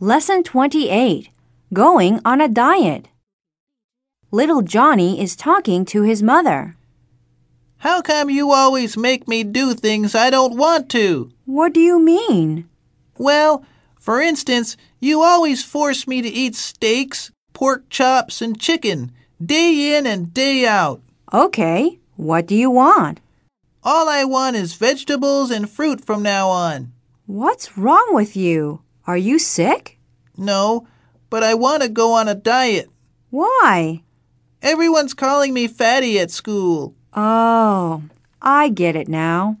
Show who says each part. Speaker 1: Lesson 28 Going on a Diet. Little Johnny is talking to his mother.
Speaker 2: How come you always make me do things I don't want to?
Speaker 1: What do you mean?
Speaker 2: Well, for instance, you always force me to eat steaks, pork chops, and chicken, day in and day out.
Speaker 1: Okay, what do you want?
Speaker 2: All I want is vegetables and fruit from now on.
Speaker 1: What's wrong with you? Are you sick?
Speaker 2: No, but I want to go on a diet.
Speaker 1: Why?
Speaker 2: Everyone's calling me fatty at school.
Speaker 1: Oh, I get it now.